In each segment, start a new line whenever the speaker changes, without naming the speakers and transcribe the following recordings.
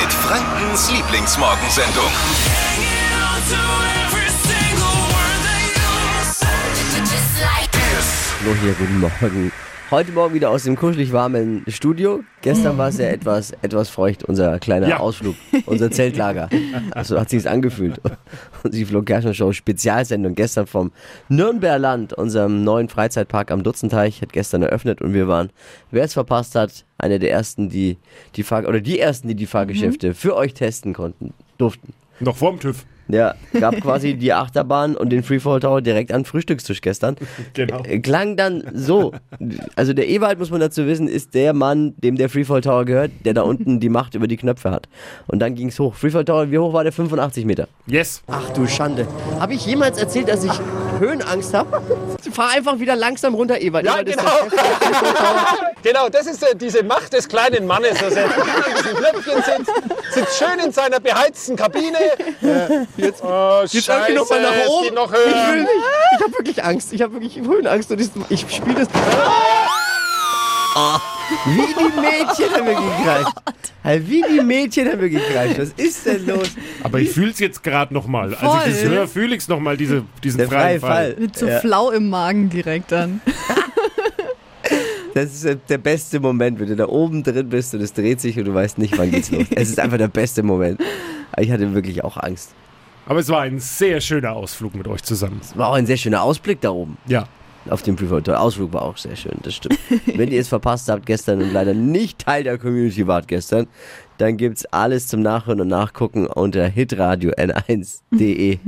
Frankens Lieblingsmorgensendung.
Hallo hier, guten Morgen. Heute Morgen wieder aus dem kuschelig warmen Studio. Gestern war es ja etwas, etwas feucht, unser kleiner
Ja.
Ausflug, unser Zeltlager. Also hat sich's angefühlt. Und die Flo Kerschner Show Spezialsendung gestern vom Nürnberger Land, unserem neuen Freizeitpark am Dutzenteich, hat gestern eröffnet und wir waren, wer es verpasst hat, einer der ersten, die die Fahr oder die ersten, die die Fahrgeschäfte für euch testen konnten, durften.
Noch vorm TÜV.
Ja, gab quasi die Achterbahn und den Freefall Tower direkt am Frühstückstisch gestern.
Genau.
Äh, Klang dann so. Also der Ewald, muss man dazu wissen, ist der Mann, dem der Freefall Tower gehört, der da unten die Macht über die Knöpfe hat. Und dann ging's hoch. Freefall Tower, wie hoch war der? 85 Meter.
Yes.
Ach du Schande. Habe ich jemals erzählt, dass ich Höhenangst habe? Fahr einfach wieder langsam runter, Ewald.
Ja,
Ewald ist
genau. genau, das ist äh, diese Macht des kleinen Mannes, dass er in diesem Klöpfchen sitzt, sitzt schön in seiner beheizten Kabine. Jetzt, oh,
Jetzt sag ich noch mal nach
Scheiße, es
oben.
geht noch
Ich will
höher.
nicht. Ich habe wirklich Angst. Ich habe wirklich Höhenangst. Und ich, ich spiele das. Ah. Wie die Mädchen haben wir gegreift. Hey, Wie die Mädchen haben wir gegreift. Was ist denn los?
Aber
Hm.
ich fühl's jetzt gerade nochmal. Als ich das
Voll.
höre, fühle ich's nochmal, diese, diesen
Der freie
freien Fall.
Fall.
Mit so flau im Magen direkt dann.
Das ist äh, der beste Moment, wenn du da oben drin bist und es dreht sich und du weißt nicht, wann geht's los. Es ist einfach der beste Moment. Ich hatte wirklich auch Angst.
Aber es war ein sehr schöner Ausflug mit euch zusammen.
War auch ein sehr schöner Ausblick da oben.
Ja.
Auf dem Prefall Tour. Ausflug war auch sehr schön, das stimmt. Wenn ihr es verpasst habt gestern und leider nicht Teil der Community wart gestern, dann gibt's alles zum Nachhören und Nachgucken unter hitradio n1.de.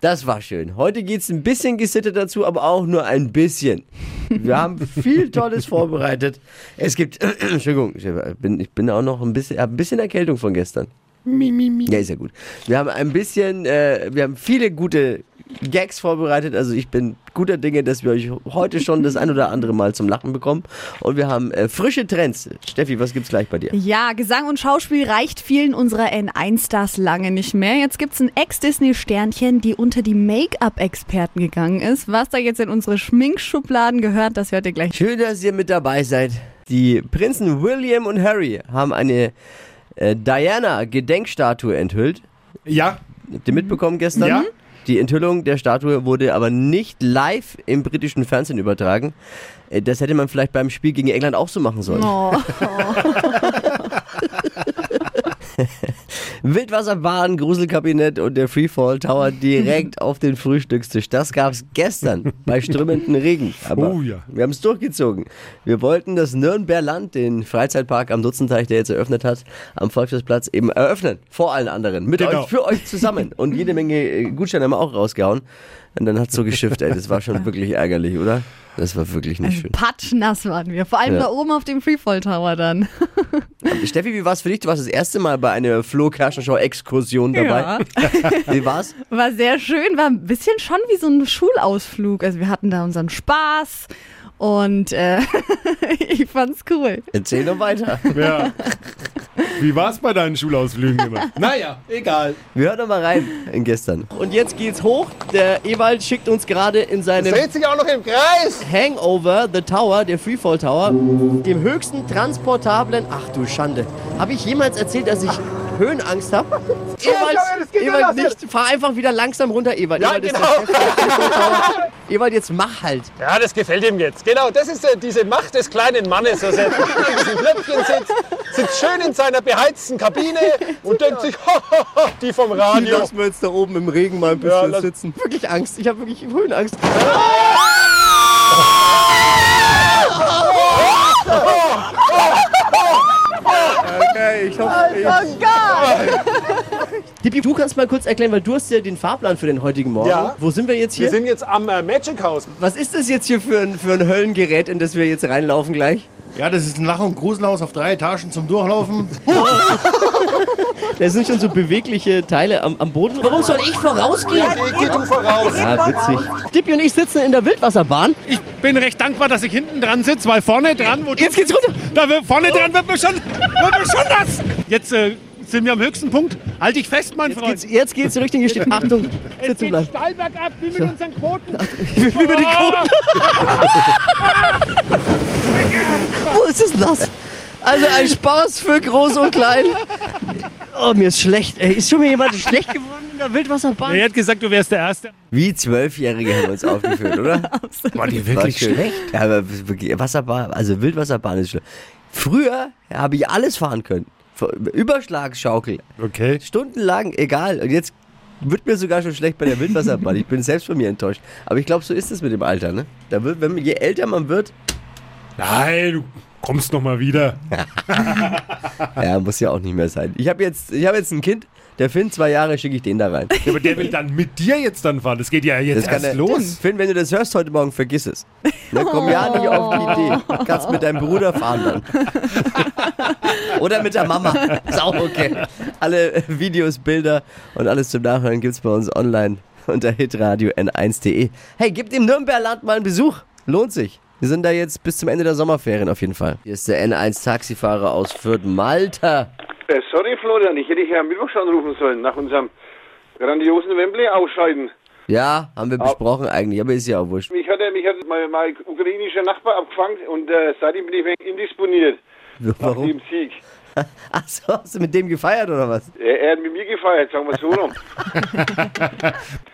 Das war schön. Heute geht's ein bisschen gesittet dazu, aber auch nur ein bisschen. Wir haben viel Tolles vorbereitet. Es gibt, Entschuldigung, ich bin, ich bin auch noch ein bisschen, hab ein bisschen Erkältung von gestern. Ja, ist ja gut. Wir haben ein bisschen, äh, wir haben viele gute Gags vorbereitet. Also ich bin guter Dinge, dass wir euch heute schon das ein oder andere Mal zum Lachen bekommen. Und wir haben äh, frische Trends. Steffi, was gibt's gleich bei dir?
Ja, Gesang und Schauspiel reicht vielen unserer N1-Stars lange nicht mehr. Jetzt gibt's ein Ex-Disney-Sternchen, die unter die Make-up-Experten gegangen ist. Was da jetzt in unsere Schminkschubladen gehört, das hört ihr gleich.
Schön, dass ihr mit dabei seid. Die Prinzen William und Harry haben eine äh, Diana-Gedenkstatue enthüllt.
Ja.
Habt ihr mitbekommen gestern?
Ja.
Die Enthüllung der Statue wurde aber nicht live im britischen Fernsehen übertragen. Äh, Das hätte man vielleicht beim Spiel gegen England auch so machen sollen.
Oh.
Wildwasserbahn, Gruselkabinett und der Freefall Tower direkt auf den Frühstückstisch. Das gab's gestern bei strömendem Regen. Aber
Oh ja.
wir haben's durchgezogen. Wir wollten das Nürnberger Land, den Freizeitpark am Dutzenteich, der jetzt eröffnet hat, am Volksfestplatz eben eröffnen. Vor allen anderen. Mit
Genau.
euch, für euch zusammen. Und jede Menge äh, Gutscheine haben wir auch rausgehauen. Und dann hat's so geschifft, ey. Das war schon wirklich ärgerlich, oder? Das war wirklich nicht schön.
Patschnass waren wir. Vor allem
Ja.
da oben auf dem Freefall Tower dann.
Steffi, wie war's für dich? Du warst das erste Mal bei einer Flo Kerschner Show Exkursion dabei. Wie war's?
War sehr schön, war ein bisschen schon wie so ein Schulausflug. Also wir hatten da unseren Spaß und äh, ich fand's cool.
Erzähl doch weiter.
ja. Wie war's bei deinen Schulausflügen immer?
Naja, egal.
Wir hören doch mal rein in gestern. Und jetzt geht's hoch. Der Ewald schickt uns gerade in seinem
Dreht sich auch noch im Kreis.
Hangover The Tower, der Freefall Tower, dem höchsten transportablen. Ach du Schande. Habe ich jemals erzählt, dass ich Höhenangst habe? Ewald,
Junge, das geht
Ewald
ja
nicht. Fahr einfach wieder langsam runter, Ewald.
Ja,
Ewald, ist
genau.
der Chef der Freefall Tower. Ewald, jetzt mach halt.
Ja, das gefällt ihm jetzt. Genau, das ist äh, diese Macht des kleinen Mannes, dass er in diesem Klöpfchen sitzt, sitzt schön in seiner beheizten Kabine und denkt sich, die vom Radio.
wir jetzt da oben im Regen mal ein
Ja, lass-
sitzen. Genau. Wirklich Angst. Ich habe wirklich Höhenangst. Okay, ich hoffe. Oh Dippi, du kannst mal kurz erklären, weil du hast ja den Fahrplan für den heutigen Morgen.
Ja.
Wo sind wir jetzt hier?
Wir sind jetzt am äh, Magic House.
Was ist das jetzt hier für ein, für ein Höllengerät, in das wir jetzt reinlaufen gleich?
Ja, das ist ein Lach- und Gruselhaus auf drei Etagen zum Durchlaufen.
Da sind schon so bewegliche Teile am, am Boden. Warum soll ich vorausgehen?
Geh, geh du voraus.
Ja, witzig. Dippi und ich sitzen in der Wildwasserbahn.
Ich bin recht dankbar, dass ich hinten dran sitze, weil vorne dran, wo
Jetzt geht's runter.
da wird- vorne dran wird mir schon, wird mir schon das. Jetzt äh, sind wir am höchsten Punkt. Halt dich fest, mein
Jetzt geht's, jetzt geht's richtig. Hier steht Achtung, sitzen bleiben.
steil bergab, wie mit unseren Quoten. Oh.
Wie wir die Quoten. Oh, Wo ist es nass? Also ein Spaß für Groß und Klein. Oh, mir ist schlecht. Ey, ist schon mir jemand schlecht geworden in der Wildwasserbahn?
Er hat gesagt, du wärst der Erste.
Wie Zwölfjährige haben wir uns aufgeführt, oder?
War die
War schön. Ja, aber wirklich, Wasserbahn, also Wildwasserbahn ist schlimm. Früher habe ich alles fahren können. Überschlagsschaukel.
Okay.
Stundenlang, egal. Und jetzt wird mir sogar schon schlecht bei der Wildwasserbahn. ich bin selbst von mir enttäuscht. Aber ich glaube, so ist es mit dem Alter, ne? Da wird, wenn, man- je älter man wird,
Nein, du kommst noch mal wieder.
ja, muss ja auch nicht mehr sein. Ich habe jetzt, ich habe jetzt ein Kind, der Finn, zwei Jahre, schicke ich den da rein.
Ja, aber der will dann mit dir jetzt dann fahren. Das geht ja jetzt erst
er-
los.
Finn, wenn du das hörst heute Morgen, vergiss es. Ne, komm ja nicht auf die Idee. Du kannst mit deinem Bruder fahren dann. Oder mit der Mama. Ist auch okay. Alle äh, Videos, Bilder und alles zum Nachhören gibt's bei uns online unter hitradio n1.de. Hey, gib dem Nürnbergland mal einen Besuch. Lohnt sich. Wir sind da jetzt bis zum Ende der Sommerferien auf jeden Fall. Hier ist der N1-Taxifahrer aus Fürth, Malta.
Äh, sorry, Florian, ich hätte dich ja am Mittwoch schon anrufen sollen, nach unserem grandiosen Wembley-Ausscheiden.
Ja, haben wir besprochen eigentlich, aber ist ja auch wurscht.
Mich hat, er- mich hat mein, mein ukrainischer Nachbar abgefangen und äh, seitdem bin ich wegen indisponiert nach
Warum?
dem Sieg.
Achso, hast du mit dem gefeiert oder was?
Er, er hat mit mir gefeiert, sagen wir so rum.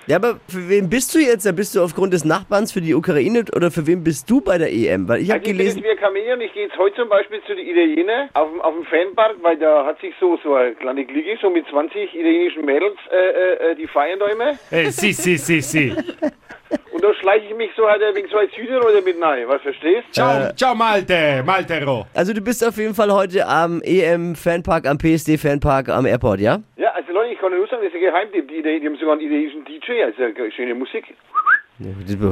Ja, aber für wen bist du jetzt? Da bist du aufgrund des Nachbarns für die Ukraine oder für wen bist du bei der EM? Weil ich habe
Also ich bin jetzt
gelesen,
wie ein Chamäleon, ich gehe jetzt heute zum Beispiel zu den Italienern auf, dem- auf dem Fanpark, weil da hat sich so, so eine kleine Clique, so mit 20 italienischen Mädels, äh, äh, äh, die feiern da immer.
Ey, si, si, si, si.
Äh.
Und da schleiche ich mich so halt ein wenig so als Südtiroler mit rein, was verstehst?
Ciao, ciao Malte, Maltero.
also du bist auf jeden Fall heute am EM-Fanpark, am PSD-Fanpark, am Airport, ja?
Ja, also Leute, ich kann nur sagen, das ist ein Geheimtipp. Die, die, die haben sogar einen italienischen DJ, also äh, schöne Musik.
Ich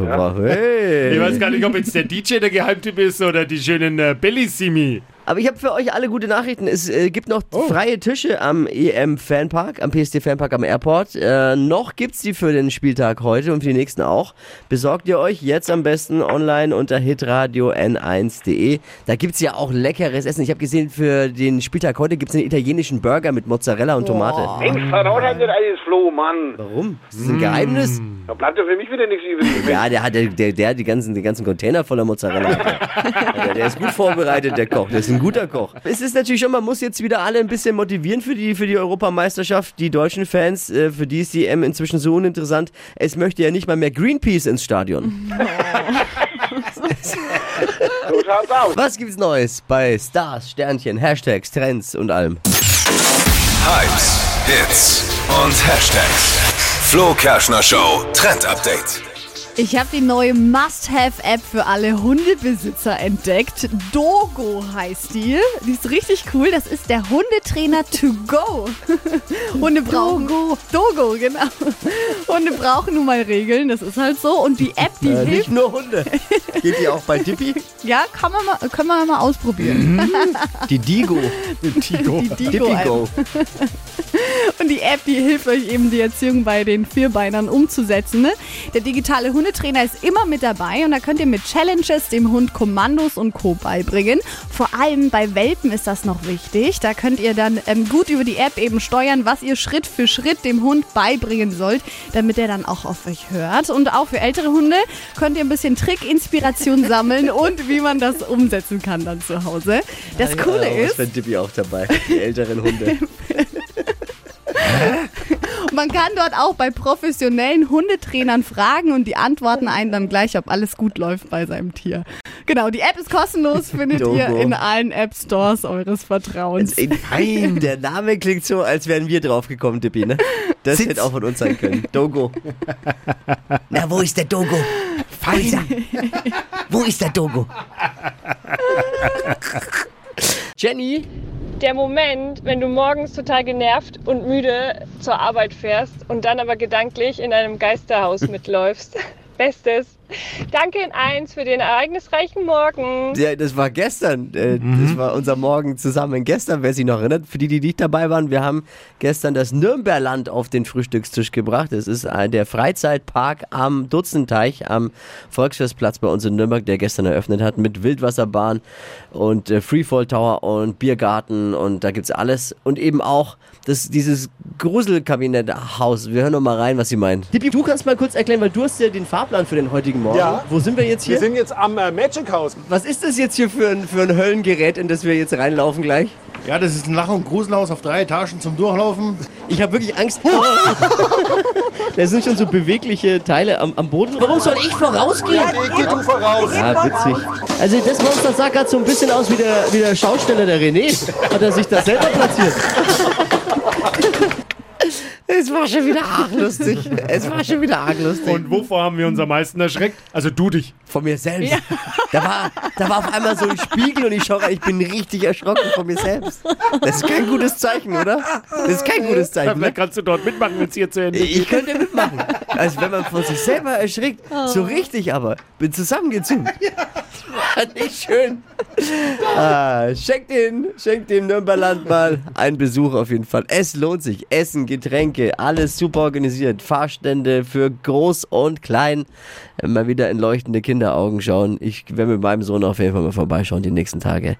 Hey.
weiß gar nicht, ob jetzt der DJ der Geheimtipp ist oder die schönen äh, Bellissimi.
Aber ich habe für euch alle gute Nachrichten. Es äh, gibt noch freie Tische am EM-Fanpark, am PSD-Fanpark, am Airport. Äh, noch gibt's die für den Spieltag heute und für die nächsten auch. Besorgt ihr euch jetzt am besten online unter hitradio n1.de. Da gibt's ja auch leckeres Essen. Ich habe gesehen, für den Spieltag heute gibt's einen italienischen Burger mit Mozzarella und Tomate.
Mensch, verraut hat nicht alles, Flo, Mann.
Warum? Ist das ein Geheimnis?
Da bleibt ja für mich wieder nichts übrig.
Ja, der hat der, der, der hat die ganzen, den ganzen Container voller Mozzarella. der, der ist gut vorbereitet, der Koch. Der ist ein guter Koch. Es ist natürlich schon, man muss jetzt wieder alle ein bisschen motivieren für die, für die Europameisterschaft. Die deutschen Fans, äh, für die ist die EM inzwischen so uninteressant. Es möchte ja nicht mal mehr Greenpeace ins Stadion.
So schaut's aus.
Was gibt's Neues bei Stars, Sternchen, Hashtags, Trends und allem?
Hypes, Hits und Hashtags. Flo Kerschner Show Trend Update.
Ich habe die neue Must-Have-App für alle Hundebesitzer entdeckt. Dogo heißt die. Die ist richtig cool. Das ist der Hundetrainer to go. Hunde brauchen Dogo. Dogo, genau. Hunde brauchen nun mal Regeln. Das ist halt so. Und die App, die
Äh,
hilft.
nicht nur Hunde. Geht die auch bei Dippy?
Ja, kann man mal, können wir mal ausprobieren.
Die Digo.
Tico.
Die Digo-App. Und die App, die hilft euch eben die Erziehung bei den Vierbeinern umzusetzen. Ne? Der digitale Hundetrainer ist immer mit dabei und da könnt ihr mit Challenges dem Hund Kommandos und Co. beibringen. Vor allem bei Welpen ist das noch wichtig. Da könnt ihr dann ähm, gut über die App eben steuern, was ihr Schritt für Schritt dem Hund beibringen sollt, damit er dann auch auf euch hört. Und auch für ältere Hunde könnt ihr ein bisschen Trick-Inspiration sammeln und wie man das umsetzen kann dann zu Hause. Das Coole
Oh,
ist,
ist. Dippy auch dabei. Die älteren Hunde.
Man kann dort auch bei professionellen Hundetrainern fragen und die antworten einem dann gleich, ob alles gut läuft bei seinem Tier. Genau, die App ist kostenlos, findet
Dogo.
ihr in allen App-Stores eures Vertrauens.
Nein, der Name klingt so, als wären wir draufgekommen, Dippi, ne? Das hätte auch von uns sein können. Dogo. Na, wo ist der Dogo? Pfizer. Wo ist der Dogo? Jenny,
Der Moment, wenn du morgens total genervt und müde zur Arbeit fährst und dann aber gedanklich in einem Geisterhaus mitläufst. Bestes. Danke in eins für den ereignisreichen Morgen.
ja, das war gestern. Äh, Das war unser Morgen zusammen gestern, wer sich noch erinnert. Für die, die nicht dabei waren, wir haben gestern das Nürnberland auf den Frühstückstisch gebracht. Es ist ein- der Freizeitpark am Dutzenteich, am Volksfestplatz bei uns in Nürnberg, der gestern eröffnet hat, mit Wildwasserbahn und äh, Freefall Tower und Biergarten und da gibt's alles. Und eben auch das, dieses Gruselkabinett-Haus. Wir hören noch mal rein, was sie meinen. Dippi, du kannst mal kurz erklären, weil du hast ja den Fahrplan für den heutigen Morgen.
Ja.
Wo sind wir jetzt hier?
Wir sind jetzt am äh, Magic House.
Was ist das jetzt hier für ein, für ein Höllengerät, in das wir jetzt reinlaufen gleich?
Ja, das ist ein Lach- und Gruselhaus auf drei Etagen zum Durchlaufen.
Ich habe wirklich Angst. Oh. da sind schon so bewegliche Teile am, am Boden. Warum soll ich vorausgehen?
Geh, geh du voraus.
Ja, witzig. Also das Monster sah gerade so ein bisschen aus wie der, wie der Schausteller der René. Hat er sich da selber platziert?
Es war schon wieder arg lustig. Es war schon wieder arg lustig.
Und wovor haben wir uns am meisten erschreckt? Also du dich.
Von mir selbst. Da, war, da war auf einmal so ein Spiegel und ich schaue rein, ich bin richtig erschrocken von mir selbst. Das ist kein gutes Zeichen, oder? Das ist kein gutes Zeichen. Ne?
Vielleicht kannst du dort mitmachen, wenn es hier zu Ende ist.
Ich könnte mitmachen. Also wenn man von sich selber erschrickt, so richtig aber, bin zusammengezogen. War nicht schön. Ah, schenkt den, schenkt dem Nürnberland mal einen Besuch auf jeden Fall. Es lohnt sich. Essen, Getränke, alles super organisiert. Fahrstände für groß und klein. Mal wieder in leuchtende Kinderaugen schauen. Ich werde mit meinem Sohn auf jeden Fall mal vorbeischauen die nächsten Tage.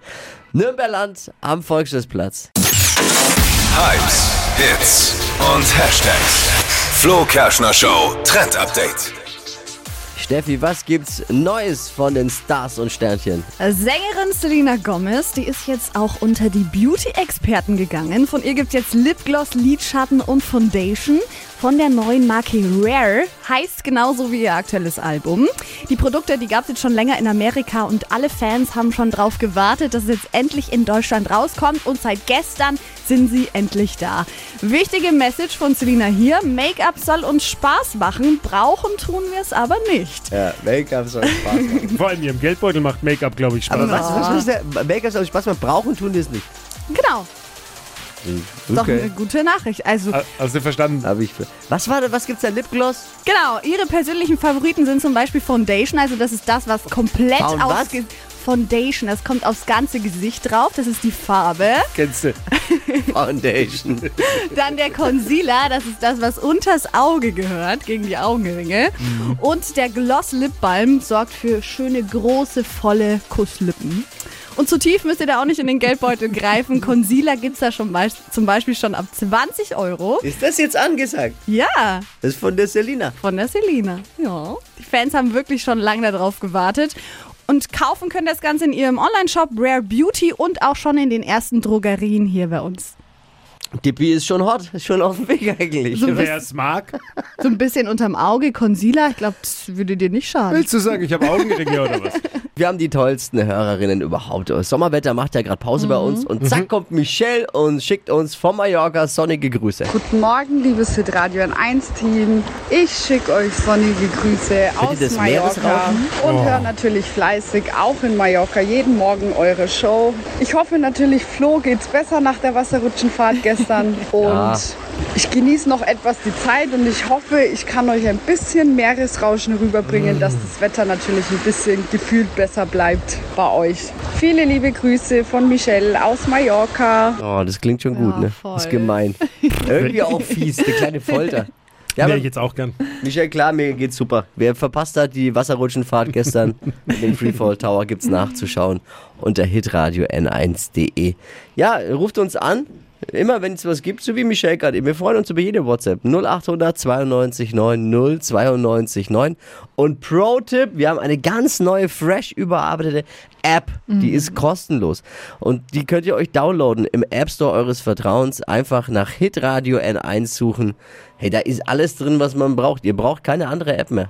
Nürnberland am Volksschlossplatz.
Hypes, Hits und Hashtags. Flo Kerschner Show Trend Update.
Steffi, was gibt's Neues von den Stars und Sternchen?
Sängerin Selena Gomez, die ist jetzt auch unter die Beauty-Experten gegangen. Von ihr gibt's jetzt Lipgloss, Lidschatten und Foundation von der neuen Marke Rare. Heißt genauso wie ihr aktuelles Album. Die Produkte, die gab's jetzt schon länger in Amerika und alle Fans haben schon drauf gewartet, dass es jetzt endlich in Deutschland rauskommt und seit gestern sind sie endlich da. Wichtige Message von Selena hier, Make-up soll uns Spaß machen, brauchen tun wir es aber nicht.
Ja, Make-up soll Spaß machen.
Vor allem hier im Geldbeutel macht Make-up, glaube ich, Spaß.
Aber was, was, was ist der? Make-up soll Spaß machen, brauchen tun wir es nicht.
Genau. Ist Doch eine gute Nachricht. Also
Ah, Hast du verstanden?
Hab ich. für- Was war da, was gibt's da? Lipgloss?
genau, ihre persönlichen Favoriten sind zum Beispiel Foundation. Also das ist das, was komplett
Faun- was?
aus Ge- Foundation. Das kommt aufs ganze Gesicht drauf. Das ist die Farbe.
Kennst du?
Foundation.
Dann der Concealer. Das ist das, was unters Auge gehört gegen die Augenringe. Und der Gloss Lip Balm sorgt für schöne große volle Kusslippen. Und zu tief müsst ihr da auch nicht in den Geldbeutel greifen. Concealer gibt's da schon beis- zum Beispiel schon ab 20 Euro.
Ist das jetzt angesagt?
Ja.
Das ist von der Selina.
von der Selina. Ja. Die Fans haben wirklich schon lange darauf gewartet. Und kaufen können das Ganze in ihrem Online-Shop Rare Beauty und auch schon in den ersten Drogerien hier bei uns.
Dippy ist schon hot, ist schon auf dem Weg eigentlich.
So ein
Wer
bisschen,
es mag.
so ein bisschen unterm Auge, Concealer, ich glaube, das würde dir nicht schaden.
Willst du sagen, ich habe Augenringe oder was?
Wir haben die tollsten Hörerinnen überhaupt. Das Sommerwetter macht ja gerade Pause
Mhm.
bei uns und zack kommt Michelle und schickt uns von Mallorca sonnige Grüße.
Guten Morgen, liebes Hitradio N1-Team. Ich schicke euch sonnige Grüße aus
das
Mallorca
Meeresrauschen?
und höre natürlich fleißig auch in Mallorca jeden Morgen eure Show. Ich hoffe natürlich, Flo geht's besser nach der Wasserrutschenfahrt gestern. Und ich genieße noch etwas die Zeit und ich hoffe, ich kann euch ein bisschen Meeresrauschen rüberbringen, dass das Wetter natürlich ein bisschen gefühlt besser bleibt bei euch. Viele liebe Grüße von Michelle aus Mallorca.
Oh, das klingt schon gut,
Ja,
ne?
voll.
Ist gemein. Irgendwie auch fies, eine kleine Folter. Ja,
Wäre
aber
ich jetzt auch gern.
Michelle, klar, mir geht's super. Wer verpasst hat die Wasserrutschenfahrt gestern mit dem Freefall Tower, gibt's nachzuschauen unter hitradio n1.de. Ja, ruft uns an. Immer wenn es was gibt, so wie Michelle gerade eben. Wir freuen uns über jede WhatsApp. 0800 92 9 092 9. Und Pro-Tipp, wir haben eine ganz neue, fresh überarbeitete App. Die ist kostenlos. Und die könnt ihr euch downloaden im App Store eures Vertrauens. Einfach nach Hitradio N1 suchen. Hey, da ist alles drin, was man braucht. Ihr braucht keine andere App mehr.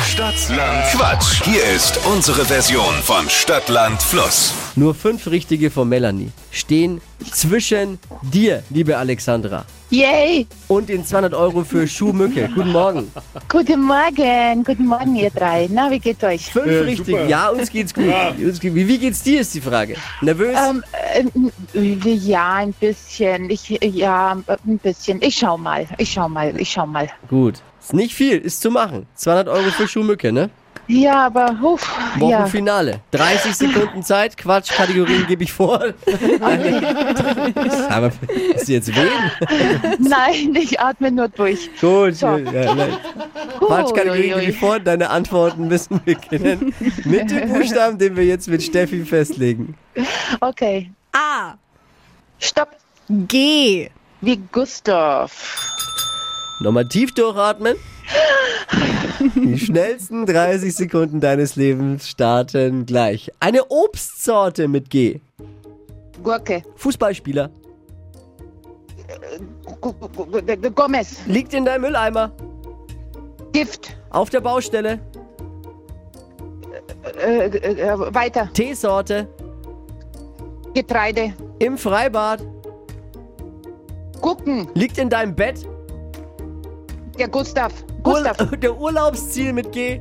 Stadtland Quatsch. Hier ist unsere Version von Stadtland Fluss.
Nur fünf richtige von Melanie stehen zwischen dir, liebe Alexandra,
Yay!
und den 200 Euro für Schuhmücke. Guten Morgen.
Guten Morgen, guten Morgen ihr drei. Na, wie geht's euch?
Fünf
Ja,
richtig.
super.
Ja, uns geht's gut. Uns geht, wie wie geht's dir, ist die Frage. Nervös?
Ähm, äh, ja, ein bisschen. Ich, ja, ein bisschen. Ich schau mal. Ich schau mal. Ich schau mal.
Gut. Ist nicht viel, ist zu machen. 200 Euro für Schuhmücke, ne?
Ja, aber huf, Ah, ja.
Wochenfinale. 30 Sekunden Zeit. Quatsch, Kategorien gebe ich vor. Aber ist jetzt wen?
Nein, ich atme nur durch.
Gut.
So.
Ja, nein. Quatsch, Kategorien gebe ich vor. Deine Antworten müssen wir kennen. Mit dem Buchstaben, den wir jetzt mit Steffi festlegen.
Okay.
A.
Stopp.
G.
Wie Gustav.
Nochmal tief durchatmen. Die schnellsten 30 Sekunden deines Lebens starten gleich. Eine Obstsorte mit G.
Gurke.
Fußballspieler.
Gomez.
Liegt in deinem Mülleimer.
Gift.
Auf der Baustelle.
Äh, äh, weiter.
Teesorte.
Getreide.
Im Freibad.
Gucken.
Liegt in deinem Bett.
Der Gustav.
Gustav. Urla der Urlaubsziel mit G.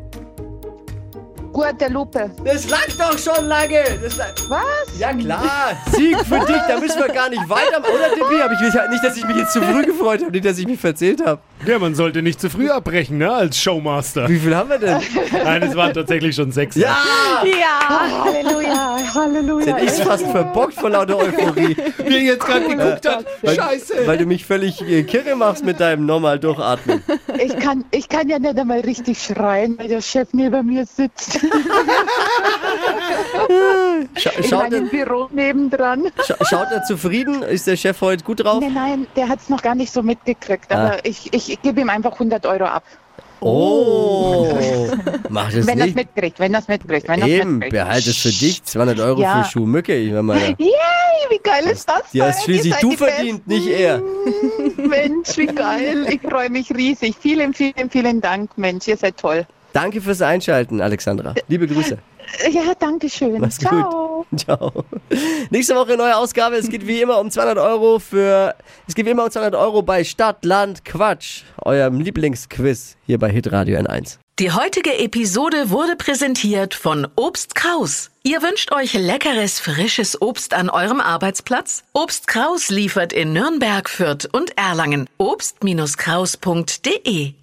Guadalupe.
Das lag doch schon lange. Das lag
Was?
Ja klar, Sieg für dich, da müssen wir gar nicht weiter. Oder Dippi, habe ich mich, halt nicht, dass ich mich jetzt zu früh gefreut habe, nicht, dass ich mich verzählt habe.
Ja, man sollte nicht zu früh abbrechen, ne, als Showmaster.
Wie viel haben wir denn?
Nein, es waren tatsächlich schon sechs.
Ja!
Ja.
Halleluja. Halleluja.
Sind ich fast verbockt vor lauter Euphorie. Äh,
Wie er jetzt gerade geguckt hat.
Weil,
Scheiße.
Weil du mich völlig äh, kirre machst mit deinem normal Durchatmen.
Ich kann, ich kann ja nicht einmal richtig schreien, weil der Chef neben mir sitzt.
Scha
in
schaut,
meinem
er,
Büro nebendran.
scha schaut er zufrieden? Ist der Chef heute gut drauf?
Nein, nein, der hat es noch gar nicht so mitgekriegt.
Ah.
Aber ich, ich, ich gebe ihm einfach 100 Euro ab.
Oh, mach das
wenn das
nicht.
mitkriegt, wenn das mitkriegt, wenn das
Eben,
mitkriegt.
behalt es für dich. 200 Euro
Ja.
für Schuhmücke. Ich meine mal,
Yay, wie geil ist das
die
denn?
hast
Ihr
schließlich
seid
du
die
verdient, nicht er.
Besten. Mensch, wie geil. Ich freue mich riesig. Vielen, vielen, vielen Dank, Mensch. Ihr seid toll.
Danke fürs Einschalten, Alexandra. Liebe Grüße.
Ja, danke schön.
Mach's
Ciao.
gut. Ciao. Nächste Woche neue Ausgabe. Es geht wie immer um 200 Euro für. Es geht wie immer um 200 Euro bei Stadt, Land, Quatsch. Eurem Lieblingsquiz hier bei Hitradio N1.
Die heutige Episode wurde präsentiert von Obst Kraus. Ihr wünscht euch leckeres, frisches Obst an eurem Arbeitsplatz? Obst Kraus liefert in Nürnberg, Fürth und Erlangen. Obst-Kraus.de